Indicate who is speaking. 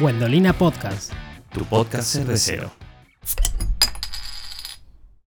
Speaker 1: Buendolina Podcast.
Speaker 2: Tu podcast cervecero.